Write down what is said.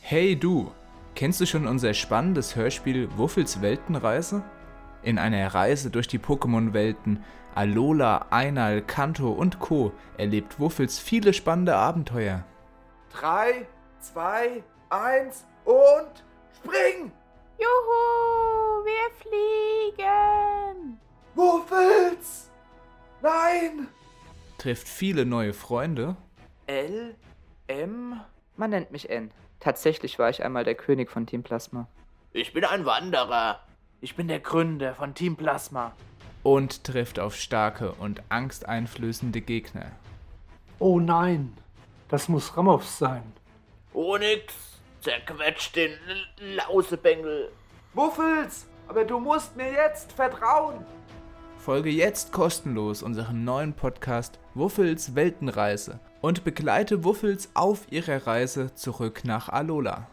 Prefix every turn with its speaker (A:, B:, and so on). A: Hey du, kennst du schon unser spannendes Hörspiel Wuffels Weltenreise? In einer Reise durch die Pokémon-Welten Alola, Einal, Kanto und Co. erlebt Wuffels viele spannende Abenteuer.
B: 3, 2, 1 und spring!
C: Juhu, wir fliegen!
B: Muffels! Nein!
A: Trifft viele neue Freunde.
D: L, M.
E: Man nennt mich N. Tatsächlich war ich einmal der König von Team Plasma.
F: Ich bin ein Wanderer.
D: Ich bin der Gründer von Team Plasma.
A: Und trifft auf starke und angsteinflößende Gegner.
G: Oh nein, das muss Ramows sein.
F: Onyx, zerquetscht den L Lausebengel.
B: Muffels, aber du musst mir jetzt vertrauen.
A: Folge jetzt kostenlos unserem neuen Podcast Wuffels Weltenreise und begleite Wuffels auf ihrer Reise zurück nach Alola.